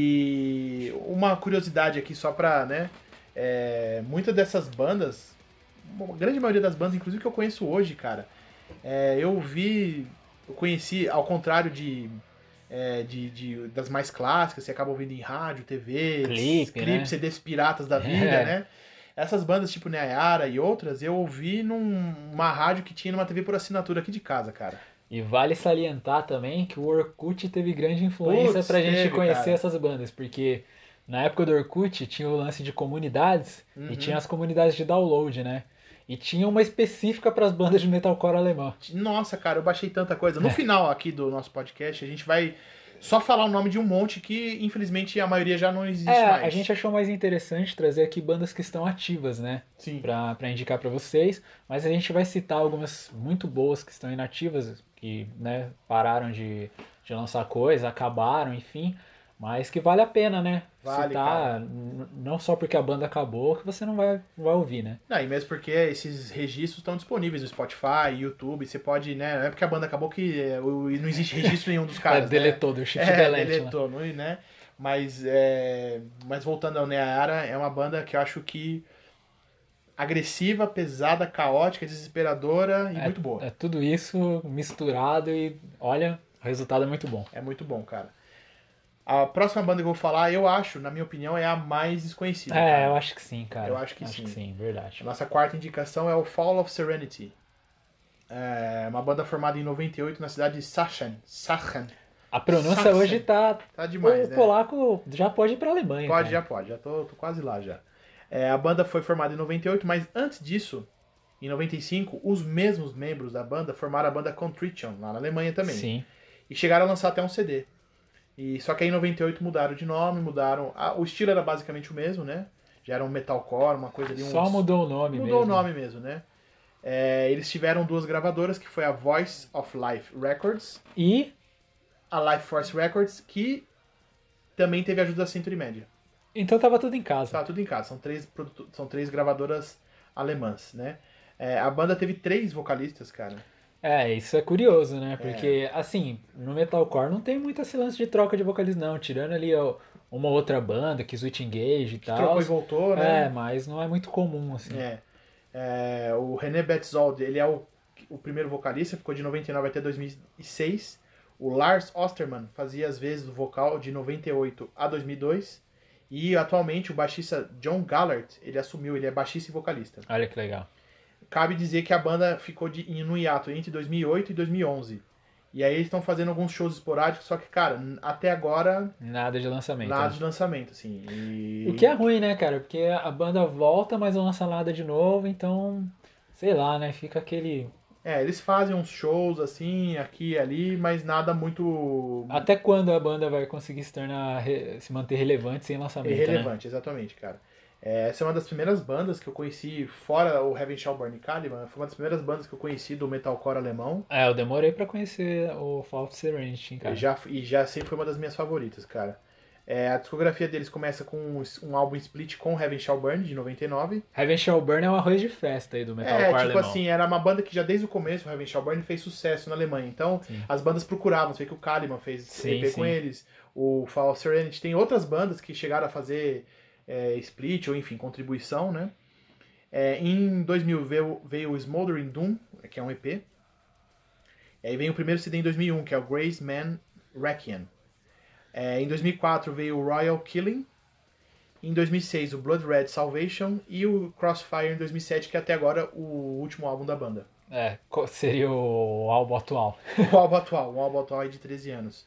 Speaker 2: E uma curiosidade aqui só pra, né? é, muitas dessas bandas, uma grande maioria das bandas, inclusive que eu conheço hoje, cara, é, eu vi, eu conheci, ao contrário de, é, de, de- das mais clássicas, você acaba ouvindo em rádio, TV,
Speaker 1: Clipe,
Speaker 2: clipe,
Speaker 1: né?
Speaker 2: CDs piratas da vida,
Speaker 1: É.
Speaker 2: né? Essas bandas, tipo Nayara e outras, eu ouvi numa rádio que tinha numa TV por assinatura aqui de casa, cara.
Speaker 1: E vale salientar também que o Orkut teve grande influência
Speaker 2: Putz,
Speaker 1: pra gente
Speaker 2: teve,
Speaker 1: conhecer
Speaker 2: cara.
Speaker 1: essas bandas, porque na época do Orkut tinha o lance de comunidades
Speaker 2: Uhum.
Speaker 1: e tinha as comunidades de download, né? E tinha uma específica pras bandas de metalcore alemão.
Speaker 2: Nossa, cara, eu baixei tanta coisa.
Speaker 1: É.
Speaker 2: No final aqui do nosso podcast, a gente vai só falar o nome de um monte que, infelizmente, a maioria já não existe
Speaker 1: É,
Speaker 2: mais.
Speaker 1: a gente achou mais interessante trazer aqui bandas que estão ativas, né?
Speaker 2: Sim.
Speaker 1: Pra, pra indicar pra vocês. Mas a gente vai citar algumas muito boas que estão inativas, que né, pararam de, de lançar coisa, acabaram, enfim. Mas que vale a pena, né?
Speaker 2: Vale,
Speaker 1: citar, n- não só porque a banda acabou, que você não vai, vai ouvir, né?
Speaker 2: Não, e mesmo porque esses registros estão disponíveis no Spotify, YouTube, você pode, né? Não é porque a banda acabou que é, o- não existe registro nenhum dos caras.
Speaker 1: é, deletou, deu
Speaker 2: né?
Speaker 1: shift
Speaker 2: É,
Speaker 1: delete. lá.
Speaker 2: deletou, não, né? Mas, é, mas voltando ao Neara, é uma banda que eu acho que agressiva, pesada, caótica, desesperadora e muito boa.
Speaker 1: É tudo isso misturado e olha, o resultado é muito bom.
Speaker 2: É muito bom, cara. A próxima banda que eu vou falar, eu acho, na minha opinião, é a mais desconhecida.
Speaker 1: É, eu
Speaker 2: cara.
Speaker 1: acho que sim, cara.
Speaker 2: Eu acho que sim.
Speaker 1: verdade.
Speaker 2: A nossa quarta indicação é o Fall of Serenity. É uma banda formada em 98 na cidade de Sachsen. Sachsen.
Speaker 1: A pronúncia
Speaker 2: Sachsen.
Speaker 1: hoje tá.
Speaker 2: Tá demais,
Speaker 1: o
Speaker 2: né?
Speaker 1: polaco já pode ir pra Alemanha.
Speaker 2: Pode,
Speaker 1: cara.
Speaker 2: já pode. Já tô, tô quase lá já. É, a banda foi formada em 98, mas antes disso, em 95, os mesmos membros da banda formaram a banda Contrition, lá na Alemanha também.
Speaker 1: Sim.
Speaker 2: E chegaram a lançar até um CD. E só que aí em 98 mudaram de nome, mudaram. a- o estilo era basicamente o mesmo, né? Já era um metalcore, uma coisa ali.
Speaker 1: Só
Speaker 2: uns-
Speaker 1: mudou o nome
Speaker 2: um mudou
Speaker 1: mesmo.
Speaker 2: o nome mesmo, né? É, eles tiveram duas gravadoras, que foi a Voice of Life Records,
Speaker 1: E,
Speaker 2: a Life Force Records, que também teve ajuda da Century Media.
Speaker 1: então tava tudo em casa.
Speaker 2: Tá tudo em casa, são três, produto- são três gravadoras alemãs, né? É, a banda teve três vocalistas, cara.
Speaker 1: É, isso é curioso, né? Porque, assim, no metalcore não tem muito esse lance de troca de vocalistas, não. Tirando ali ó, uma outra banda, que Switch Engage e tal.
Speaker 2: Trocou e voltou, né?
Speaker 1: Tá. É, mas não é muito comum, assim.
Speaker 2: É. É, o René Betzold, ele é o, o primeiro vocalista, ficou de 99 até 2006. O Lars Osterman fazia às vezes o vocal de 98 a 2002. E atualmente o baixista John Gallert, ele assumiu, ele é baixista e vocalista.
Speaker 1: Olha que legal.
Speaker 2: Cabe dizer que a banda ficou de, em- no hiato entre 2008 e 2011. E aí eles estão fazendo alguns shows esporádicos, só que, cara, n- até agora,
Speaker 1: Nada de lançamento.
Speaker 2: nada
Speaker 1: né?
Speaker 2: de lançamento, assim. E...
Speaker 1: O que é ruim, né, cara? Porque a banda volta, mas não lança nada de novo, então. Sei lá, né? Fica aquele.
Speaker 2: É, eles fazem uns shows assim, aqui e ali, mas nada muito
Speaker 1: Até quando a banda vai conseguir se tornar. re- se manter relevante sem lançamento? Né?
Speaker 2: irrelevante, É exatamente, cara. É, essa é uma das primeiras bandas que eu conheci, fora o Heaven Shall Burn e Caliban, foi uma das primeiras bandas que eu conheci do metalcore alemão.
Speaker 1: É, eu demorei pra conhecer o Fall of Serenity, hein, cara.
Speaker 2: E já, e já sempre foi uma das minhas favoritas, cara. É, a discografia deles começa com um, um álbum split com Heaven Shall Burn, de 99.
Speaker 1: Heaven Shall Burn é um arroz de festa aí do metalcore
Speaker 2: é, tipo
Speaker 1: alemão.
Speaker 2: assim, era uma banda que já desde o começo, o Heaven Shall Burn, fez sucesso na Alemanha. Então,
Speaker 1: Sim.
Speaker 2: as bandas procuravam. Você vê que o Kalimann fez
Speaker 1: Sim,
Speaker 2: EP com
Speaker 1: sim.
Speaker 2: eles, o Fall Serenity. Tem outras bandas que chegaram a fazer é, split ou, enfim, contribuição, né? É, em 2000 veio, veio o Smoldering Doom, que é um EP. E aí vem o primeiro CD em 2001, que é o Grace Man Requiem. É, em 2004 veio o Royal Killing. Em 2006, o Blood Red Salvation e o Crossfire em 2007, que é até agora o último álbum da banda.
Speaker 1: É, co- seria o álbum atual.
Speaker 2: O álbum atual, o álbum atual é de 13 anos.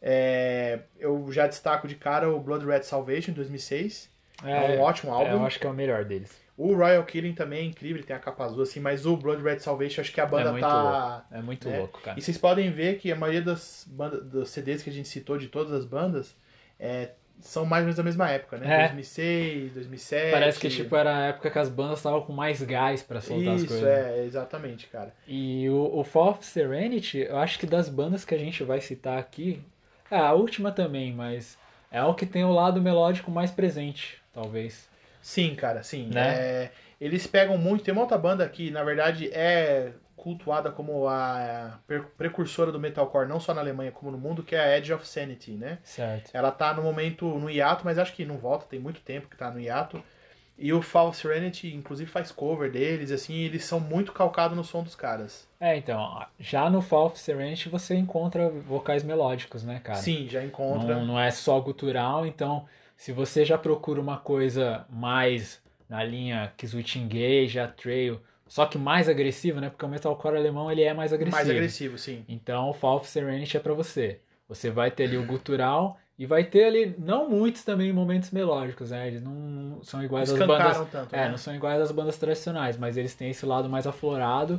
Speaker 2: É, eu já destaco de cara o Blood Red Salvation, de 2006. É, um ótimo álbum.
Speaker 1: eu acho que é o melhor deles.
Speaker 2: O Royal Killing também é incrível, ele tem a capa azul assim, mas o Blood Red Salvation acho que a banda
Speaker 1: muito
Speaker 2: tá.
Speaker 1: É muito
Speaker 2: É.
Speaker 1: louco, cara.
Speaker 2: E vocês podem ver que a maioria das bandas, dos CDs que a gente citou de todas as bandas é, são mais ou menos da mesma época, né?
Speaker 1: É.
Speaker 2: 2006, 2007.
Speaker 1: Parece que tipo, era a época que as bandas estavam com mais gás pra soltar as
Speaker 2: Isso,
Speaker 1: coisas.
Speaker 2: é, exatamente, cara.
Speaker 1: E o, o Fall of Serenity, eu acho que das bandas que a gente vai citar aqui, é a última também, mas é o que tem o lado melódico mais presente, talvez.
Speaker 2: Sim, cara, sim.
Speaker 1: Né?
Speaker 2: É, eles pegam muito. Tem uma outra banda que, na verdade, é cultuada como a per- precursora do metalcore, não só na Alemanha, como no mundo, que é a Edge of Sanity, né?
Speaker 1: Certo.
Speaker 2: Ela tá no momento no hiato, mas acho que não volta, tem muito tempo que tá no hiato. E o Fall Serenity, inclusive, faz cover deles, assim, e eles são muito calcados no som dos caras.
Speaker 1: É, então, já no Fall of Serenity você encontra vocais melódicos, né, cara?
Speaker 2: Sim, já encontra.
Speaker 1: Não, não é só gutural, então se você já procura uma coisa mais na linha Kizut Engage, a Trail, só que mais agressivo, né? Porque o metalcore alemão ele é mais agressivo.
Speaker 2: mais agressivo, sim.
Speaker 1: Então o Fall of Serenity é pra você. Você vai ter ali o gutural e vai ter ali não muitos também momentos melódicos, né? Eles não são iguais às bandas
Speaker 2: Escancaram tanto.
Speaker 1: é,
Speaker 2: né?
Speaker 1: não são iguais às bandas tradicionais, mas eles têm esse lado mais aflorado.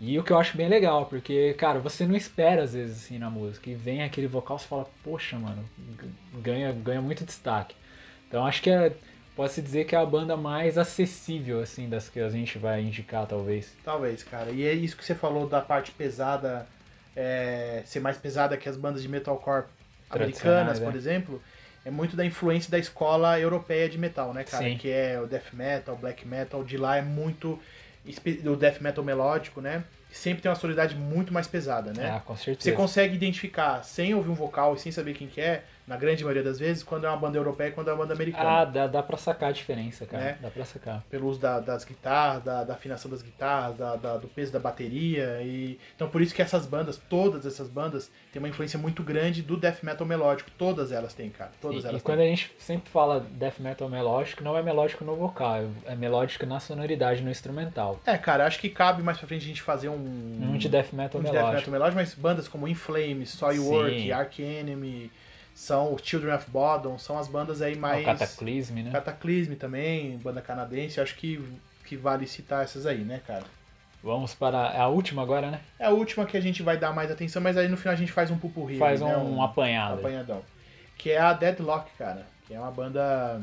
Speaker 1: E o que eu acho bem legal, porque, cara, você não espera às vezes assim na música. E vem aquele vocal, você fala, poxa, mano, g- ganha, ganha muito destaque. Então acho que é, pode-se dizer que é a banda mais acessível, assim, das que a gente vai indicar, talvez.
Speaker 2: Talvez, cara. E é isso que você falou da parte pesada é, ser mais pesada que as bandas de metalcore americanas,
Speaker 1: Tradicionais, né?
Speaker 2: por exemplo. É muito da influência da escola europeia de metal, né, cara?
Speaker 1: Sim.
Speaker 2: Que é o death metal, black metal, de lá é muito espe- o death metal melódico, né? Sempre tem uma sonoridade muito mais pesada, né?
Speaker 1: Ah, com
Speaker 2: Você
Speaker 1: certeza.
Speaker 2: consegue identificar sem ouvir um vocal e sem saber quem que é, na grande maioria das vezes, quando é uma banda europeia e quando é uma banda americana.
Speaker 1: Ah, dá, dá pra sacar a diferença, cara.
Speaker 2: Né?
Speaker 1: Dá pra sacar.
Speaker 2: pelo uso da- das guitarras, da, da afinação das guitarras, da- da- do peso da bateria. E... Então por isso que essas bandas, todas essas bandas, têm uma influência muito grande do death metal melódico. Todas elas têm, cara. Todas
Speaker 1: E, e
Speaker 2: elas
Speaker 1: quando
Speaker 2: têm.
Speaker 1: a gente sempre fala death metal melódico, não é melódico no vocal, é melódico na sonoridade, no instrumental.
Speaker 2: É, cara, acho que cabe mais pra frente a gente fazer um.
Speaker 1: Um de death metal
Speaker 2: um de
Speaker 1: melódico.
Speaker 2: melódico, mas bandas como In Flames,
Speaker 1: Sim.
Speaker 2: Soilwork, Ark Enemy, são o Children of Bodom, são as bandas aí
Speaker 1: É O
Speaker 2: mais.
Speaker 1: Cataclisme, né?
Speaker 2: Cataclisme também, banda canadense, acho que, que vale citar essas aí, né, cara?
Speaker 1: Vamos para a última agora, né?
Speaker 2: É a última que a gente vai dar mais atenção, mas aí no final a gente faz um pupurri.
Speaker 1: Faz
Speaker 2: né?
Speaker 1: um, apanhado.
Speaker 2: apanhadão. Que é a Deadlock, cara. Que é uma banda.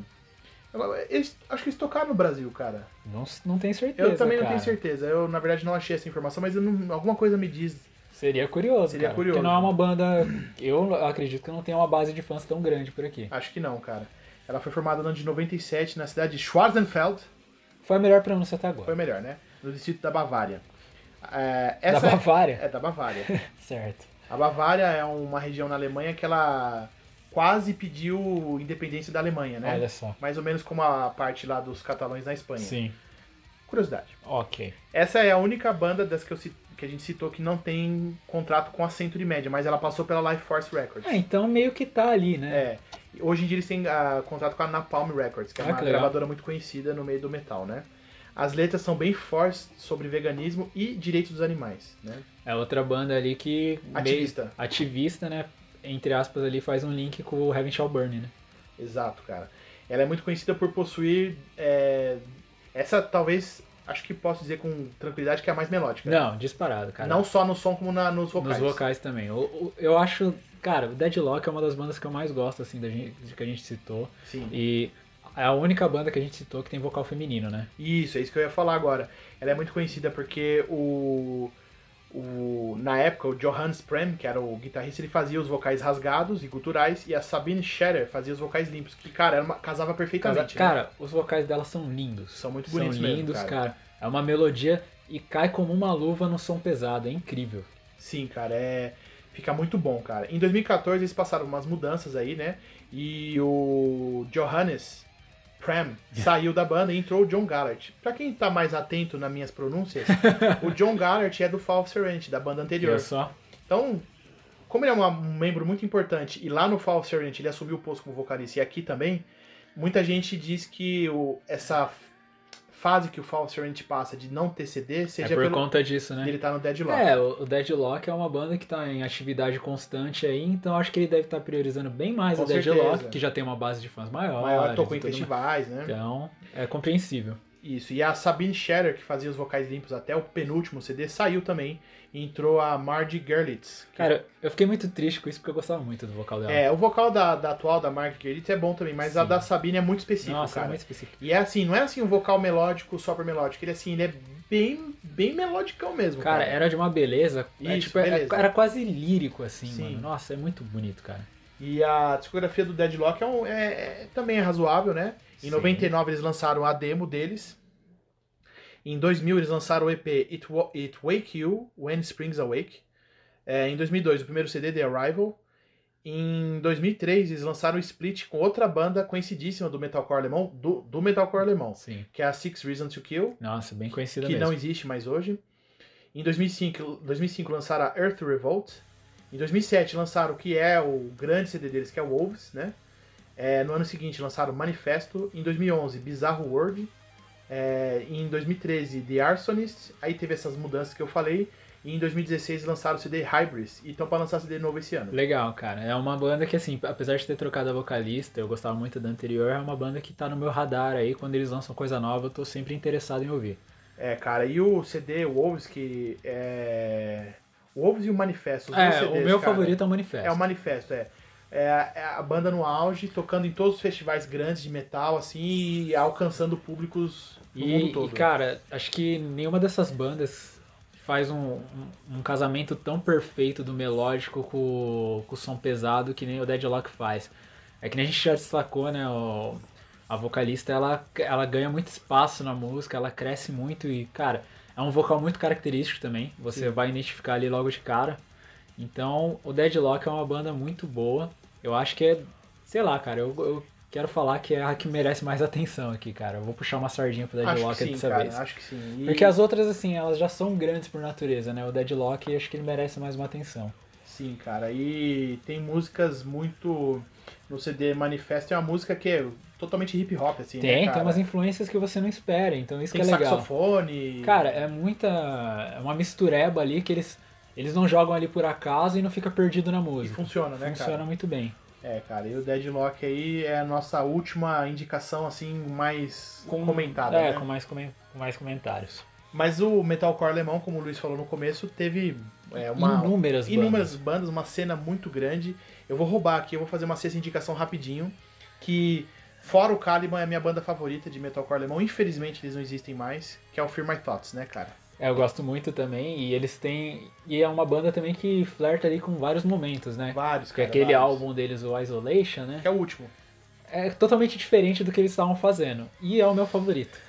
Speaker 2: Eles, acho que eles tocaram no Brasil, cara.
Speaker 1: Não, s- não tenho
Speaker 2: Eu
Speaker 1: certeza.
Speaker 2: também não
Speaker 1: cara.
Speaker 2: tenho certeza. Eu, na verdade, não achei essa informação, mas eu não- alguma coisa me diz.
Speaker 1: Seria curioso.
Speaker 2: Seria
Speaker 1: cara,
Speaker 2: curioso.
Speaker 1: Porque não é uma banda. Eu acredito que não tenha uma base de fãs tão grande por aqui.
Speaker 2: Acho que não, cara. Ela foi formada no ano de 97 na cidade de Schwarzenfeld.
Speaker 1: Foi a melhor pronúncia até agora.
Speaker 2: Foi melhor, né? No distrito da Bavária. É,
Speaker 1: da
Speaker 2: essa
Speaker 1: Bavária?
Speaker 2: É, da Bavária.
Speaker 1: Certo.
Speaker 2: A Bavária é uma região na Alemanha que ela quase pediu independência da Alemanha, né?
Speaker 1: Olha só.
Speaker 2: Mais ou menos como a parte lá dos catalães na Espanha.
Speaker 1: Sim.
Speaker 2: Curiosidade.
Speaker 1: Ok.
Speaker 2: Essa é a única banda das que, eu ci- que a gente citou que não tem contrato com a Century Média, mas ela passou pela Life Force Records.
Speaker 1: Ah, então meio que tá ali, né?
Speaker 2: É. Hoje em dia eles têm ah, contrato com a Napalm Records, que é
Speaker 1: Ah,
Speaker 2: uma
Speaker 1: que legal.
Speaker 2: gravadora muito conhecida no meio do metal, né? As letras são bem fortes sobre veganismo e direitos dos animais, né?
Speaker 1: É, outra banda ali que. Meio
Speaker 2: Ativista.
Speaker 1: ativista, né? Entre aspas, ali faz um link com o Heaven Shall Burn, né?
Speaker 2: Exato, cara. Ela é muito conhecida por possuir. é, Essa talvez, acho que posso dizer com tranquilidade, que é a mais melódica.
Speaker 1: Não, disparado, cara.
Speaker 2: Não só no som, como na, nos vocais.
Speaker 1: Nos vocais também. Eu, eu- eu acho, cara, o Deadlock é uma das bandas que eu mais gosto, assim, da gente, de que a gente citou.
Speaker 2: Sim.
Speaker 1: E é a única banda que a gente citou que tem vocal feminino, né?
Speaker 2: Isso, é isso que eu ia falar agora. Ela é muito conhecida porque o. o na época, o Johannes Prem, que era o guitarrista, ele fazia os vocais rasgados e guturais, e a Sabine Scherer fazia os vocais limpos, que, cara, era uma- casava
Speaker 1: Cara,
Speaker 2: perfeitamente. né?
Speaker 1: cara, os vocais dela são lindos.
Speaker 2: São muito
Speaker 1: são
Speaker 2: bonitos mesmo,
Speaker 1: lindos,
Speaker 2: cara.
Speaker 1: cara. É uma melodia e cai como uma luva no som pesado. É incrível.
Speaker 2: Sim, cara, é. Fica muito bom, cara. Em 2014 eles passaram umas mudanças aí, né? E o Johannes Pram saiu da banda e entrou o John Gallert. Pra quem tá mais atento nas minhas pronúncias, o John Gallert é do Fall Serenity, da banda anterior.
Speaker 1: Olha é só.
Speaker 2: Então, como ele é uma- um membro muito importante e lá no Fall Serenity ele assumiu o posto como vocalista e aqui também, muita gente diz que o- essa f- fase que o False Serenity passa de não ter CD
Speaker 1: É
Speaker 2: seja
Speaker 1: por
Speaker 2: pelo
Speaker 1: conta disso, né?
Speaker 2: ele tá no Deadlock.
Speaker 1: É, o o Deadlock é uma banda que tá em atividade constante aí, então acho que ele deve estar priorizando bem mais
Speaker 2: Com
Speaker 1: o Deadlock,
Speaker 2: certeza.
Speaker 1: que já tem uma base de fãs maior.
Speaker 2: Maior tocou em
Speaker 1: festival.
Speaker 2: festivais, né?
Speaker 1: Então, é compreensível.
Speaker 2: Isso, e a Sabine Shatter, que fazia os vocais limpos até o penúltimo CD, saiu também. E entrou a Margie Gerlitz. que-
Speaker 1: Cara, eu fiquei muito triste com isso porque eu gostava muito do vocal dela.
Speaker 2: é, o vocal da, da atual da Margie Gerlitz é bom também, mas a
Speaker 1: Sim.
Speaker 2: da Sabine é muito específico,
Speaker 1: Nossa, é
Speaker 2: cara.
Speaker 1: muito específico.
Speaker 2: E é assim, não é assim um vocal melódico, super melódico. Ele é assim, ele é bem, bem melodicão mesmo. Cara,
Speaker 1: Cara, era de uma beleza. é,
Speaker 2: Isso,
Speaker 1: tipo, era-
Speaker 2: beleza.
Speaker 1: Era, quase lírico, assim,
Speaker 2: Sim.
Speaker 1: mano. Nossa, é muito bonito, cara.
Speaker 2: E a discografia do Deadlock é, um- é- é- também é razoável, né? Em
Speaker 1: Sim.
Speaker 2: 99 eles lançaram a demo deles. Em 2000 eles lançaram o EP It, Wa- It Wake You, When Springs Awake. É, em 2002 o primeiro CD The Arrival. Em 2003 eles lançaram o Split com outra banda conhecidíssima do metalcore alemão, do, do metalcore alemão,
Speaker 1: Sim.
Speaker 2: que é a Six Reasons to Kill
Speaker 1: Nossa, bem conhecida
Speaker 2: que
Speaker 1: mesmo.
Speaker 2: não existe mais hoje. Em 2005, 2005 lançaram a Earth Revolt. Em 2007 lançaram o que é o grande CD deles, que é o Wolves, né? É, no ano seguinte lançaram Manifesto. Em 2011, Bizarro World. É, em 2013, The Arsonist. Aí teve essas mudanças que eu falei. E em 2016 lançaram o CD Hybris. E estão para lançar CD novo esse ano.
Speaker 1: Legal, cara. É uma banda que, assim, apesar de ter trocado a vocalista, eu gostava muito da anterior, é uma banda que tá no meu radar aí. Quando eles lançam coisa nova, eu tô sempre interessado em ouvir.
Speaker 2: É, cara, e o CD Wolves, que é. Wolves e o Manifesto. os dois
Speaker 1: É, o
Speaker 2: CDs,
Speaker 1: meu
Speaker 2: cara.
Speaker 1: favorito é o Manifesto.
Speaker 2: É o manifesto, é. É a- é a banda no auge, tocando em todos os festivais grandes de metal, assim, e alcançando públicos no
Speaker 1: E,
Speaker 2: mundo todo.
Speaker 1: e, cara, acho que nenhuma dessas bandas faz um, um- um casamento tão perfeito do melódico com, com o som pesado que nem o Deadlock faz. É que nem a gente já destacou, né? o- a vocalista ela, ela ganha muito espaço na música, ela cresce muito e, cara, é um vocal muito característico também. Você vai identificar ali logo de cara. Então, o Deadlock é uma banda muito boa. Eu acho que é, sei lá, cara, eu, eu quero falar que é a que merece mais atenção aqui, cara. Eu vou puxar uma sardinha pro
Speaker 2: acho que
Speaker 1: Deadlock
Speaker 2: sim,
Speaker 1: dessa
Speaker 2: cara,
Speaker 1: vez.
Speaker 2: acho que sim. E-
Speaker 1: Porque as outras, assim, elas já são grandes por natureza, né? O Deadlock, acho que ele merece mais uma atenção.
Speaker 2: Sim, cara, e tem músicas muito... No CD Manifesto é uma música que é totalmente hip hop, assim, né,
Speaker 1: Tem,
Speaker 2: cara?
Speaker 1: tem umas influências que você não espera, então isso
Speaker 2: Tem
Speaker 1: que é legal.
Speaker 2: saxofone...
Speaker 1: Cara, é muita. É uma mistureba ali que eles, eles não jogam ali por acaso e não fica perdido na
Speaker 2: E
Speaker 1: música.
Speaker 2: funciona, né,
Speaker 1: Funciona
Speaker 2: cara?
Speaker 1: muito bem.
Speaker 2: É, cara, e o Deadlock aí é a nossa última indicação, assim, mais comentada,
Speaker 1: É,
Speaker 2: né?
Speaker 1: com, mais comen- com mais comentários.
Speaker 2: Mas o metalcore alemão, como o Luiz falou no começo, teve é, uma
Speaker 1: inúmeras
Speaker 2: inúmeras bandas, uma cena muito grande. Eu vou roubar aqui, eu vou fazer uma sexta indicação rapidinho, que fora o Caliban é a minha banda favorita de metalcore alemão. Infelizmente eles não existem mais, que é o Fear My Thoughts, né, cara?
Speaker 1: É, eu gosto muito também. E eles têm. E é uma banda também que flerta ali com vários momentos, né?
Speaker 2: Vários,
Speaker 1: Porque
Speaker 2: cara.
Speaker 1: aquele
Speaker 2: vários.
Speaker 1: álbum deles, o Isolation, né?
Speaker 2: que é o último.
Speaker 1: É totalmente diferente do que eles estavam fazendo. E é o meu favorito.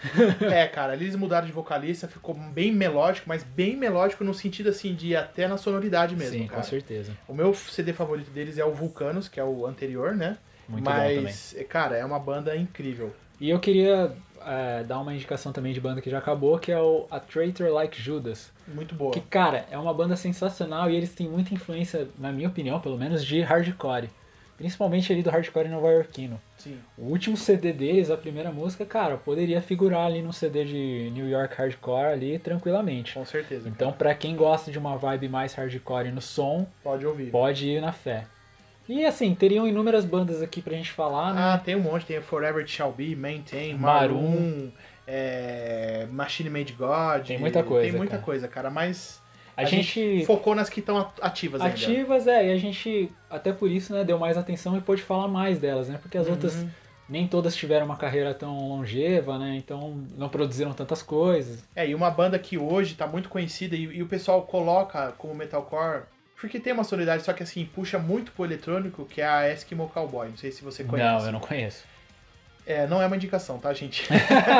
Speaker 2: É, cara, eles mudaram de vocalista, ficou bem melódico, mas bem melódico no sentido assim de até na sonoridade É mesmo,
Speaker 1: Sim,
Speaker 2: cara.
Speaker 1: com certeza.
Speaker 2: O meu CD favorito deles é o Vulcanos, que é o anterior, né?
Speaker 1: Muito bom também.
Speaker 2: mas, cara, é uma banda incrível.
Speaker 1: E eu queria é, dar uma indicação também de banda que já acabou, que é o A Traitor Like Judas.
Speaker 2: Muito boa.
Speaker 1: Que, cara, é uma banda sensacional e eles têm muita influência, na minha opinião, pelo menos, de hardcore. Principalmente ali do hardcore nova-iorquino.
Speaker 2: Sim.
Speaker 1: O último CD deles, a primeira música, cara, poderia figurar ali num CD de New York Hardcore ali tranquilamente.
Speaker 2: Com certeza. cara.
Speaker 1: Então, pra quem gosta de uma vibe mais hardcore no som,
Speaker 2: Pode ouvir.
Speaker 1: pode ir na fé. E assim, teriam inúmeras bandas aqui pra gente falar, né?
Speaker 2: Ah, tem um monte. Tem Forever It Shall Be, Maintain,
Speaker 1: Maroon.
Speaker 2: Maroon, é, Machine Made God.
Speaker 1: Tem muita coisa,
Speaker 2: Tem muita
Speaker 1: cara.
Speaker 2: coisa, cara. Mas
Speaker 1: a, gente
Speaker 2: focou nas que estão ativas ainda.
Speaker 1: ativas, é, e a gente até por isso, né, deu mais atenção e pôde falar mais delas, né? Porque as outras
Speaker 2: Uhum.
Speaker 1: nem todas tiveram uma carreira tão longeva, né? Então não produziram tantas coisas.
Speaker 2: É, e uma banda que hoje tá muito conhecida e, e o pessoal coloca como metalcore. Porque tem uma sonoridade, só que assim, puxa muito pro eletrônico, que é a Eskimo Cowboy. Não sei se você conhece.
Speaker 1: Não, eu não conheço.
Speaker 2: É, não é uma indicação, tá, gente? é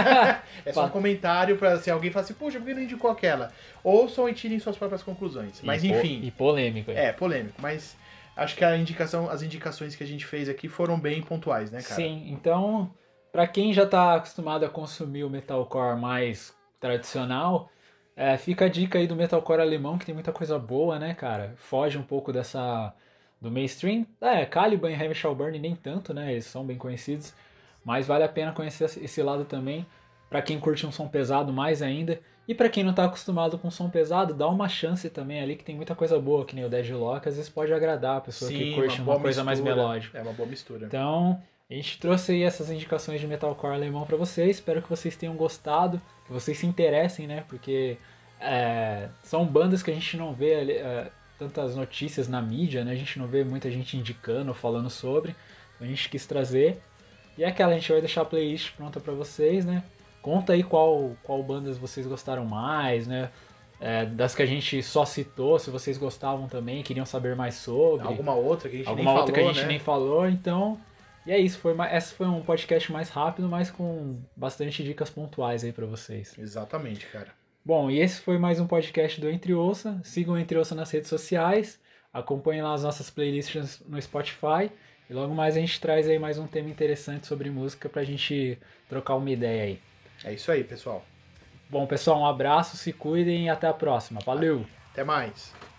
Speaker 2: só um
Speaker 1: Fala.
Speaker 2: comentário pra se alguém falar assim, poxa, por que não indicou aquela? Ouçam e tirem suas próprias conclusões. Mas
Speaker 1: E po-
Speaker 2: enfim.
Speaker 1: E polêmico.
Speaker 2: É, polêmico, mas acho que a indicação, as indicações que a gente fez aqui foram bem pontuais, né, cara?
Speaker 1: Sim, então, pra quem já tá acostumado a consumir o metalcore mais tradicional, é, fica a dica aí do metalcore alemão, que tem muita coisa boa, né, cara? Foge um pouco dessa do mainstream. É, Caliban e Heavy Shall Burn nem tanto, né? Eles são bem conhecidos, mas vale a pena conhecer esse lado também. Para quem curte um som pesado mais ainda. E para quem não tá acostumado com som pesado, dá uma chance também ali, que tem muita coisa boa, que nem o Deadlock, às vezes pode agradar a pessoa
Speaker 2: Sim,
Speaker 1: que curte uma,
Speaker 2: boa
Speaker 1: coisa mais
Speaker 2: mistura.
Speaker 1: melódica.
Speaker 2: É uma boa mistura.
Speaker 1: Então, a gente trouxe aí essas indicações de metalcore alemão pra vocês. Espero que vocês tenham gostado, que vocês se interessem, né? Porque é, são bandas que a gente não vê ali, é, tantas notícias na mídia, né? A gente não vê muita gente indicando ou falando sobre. Então a gente quis trazer. E é aquela, a gente vai deixar a playlist pronta pra vocês, né? Conta aí qual, qual bandas vocês gostaram mais, né? É, das que a gente só citou, se vocês gostavam também, queriam saber mais sobre.
Speaker 2: Alguma outra que a gente
Speaker 1: Alguma
Speaker 2: nem
Speaker 1: outra
Speaker 2: falou,
Speaker 1: que a gente
Speaker 2: né?
Speaker 1: nem falou, então. E é isso, foi ma- esse foi um podcast mais rápido, mas com bastante dicas pontuais aí pra vocês.
Speaker 2: Exatamente, cara.
Speaker 1: Bom, e esse foi mais um podcast do Entre Ouça. Sigam o Entre Ouça nas redes sociais, acompanhem lá as nossas playlists no Spotify. E logo mais a gente traz aí mais um tema interessante sobre música pra gente trocar uma ideia aí.
Speaker 2: É isso aí, pessoal.
Speaker 1: Bom, pessoal, um abraço, se cuidem e até a próxima. Valeu!
Speaker 2: Até mais.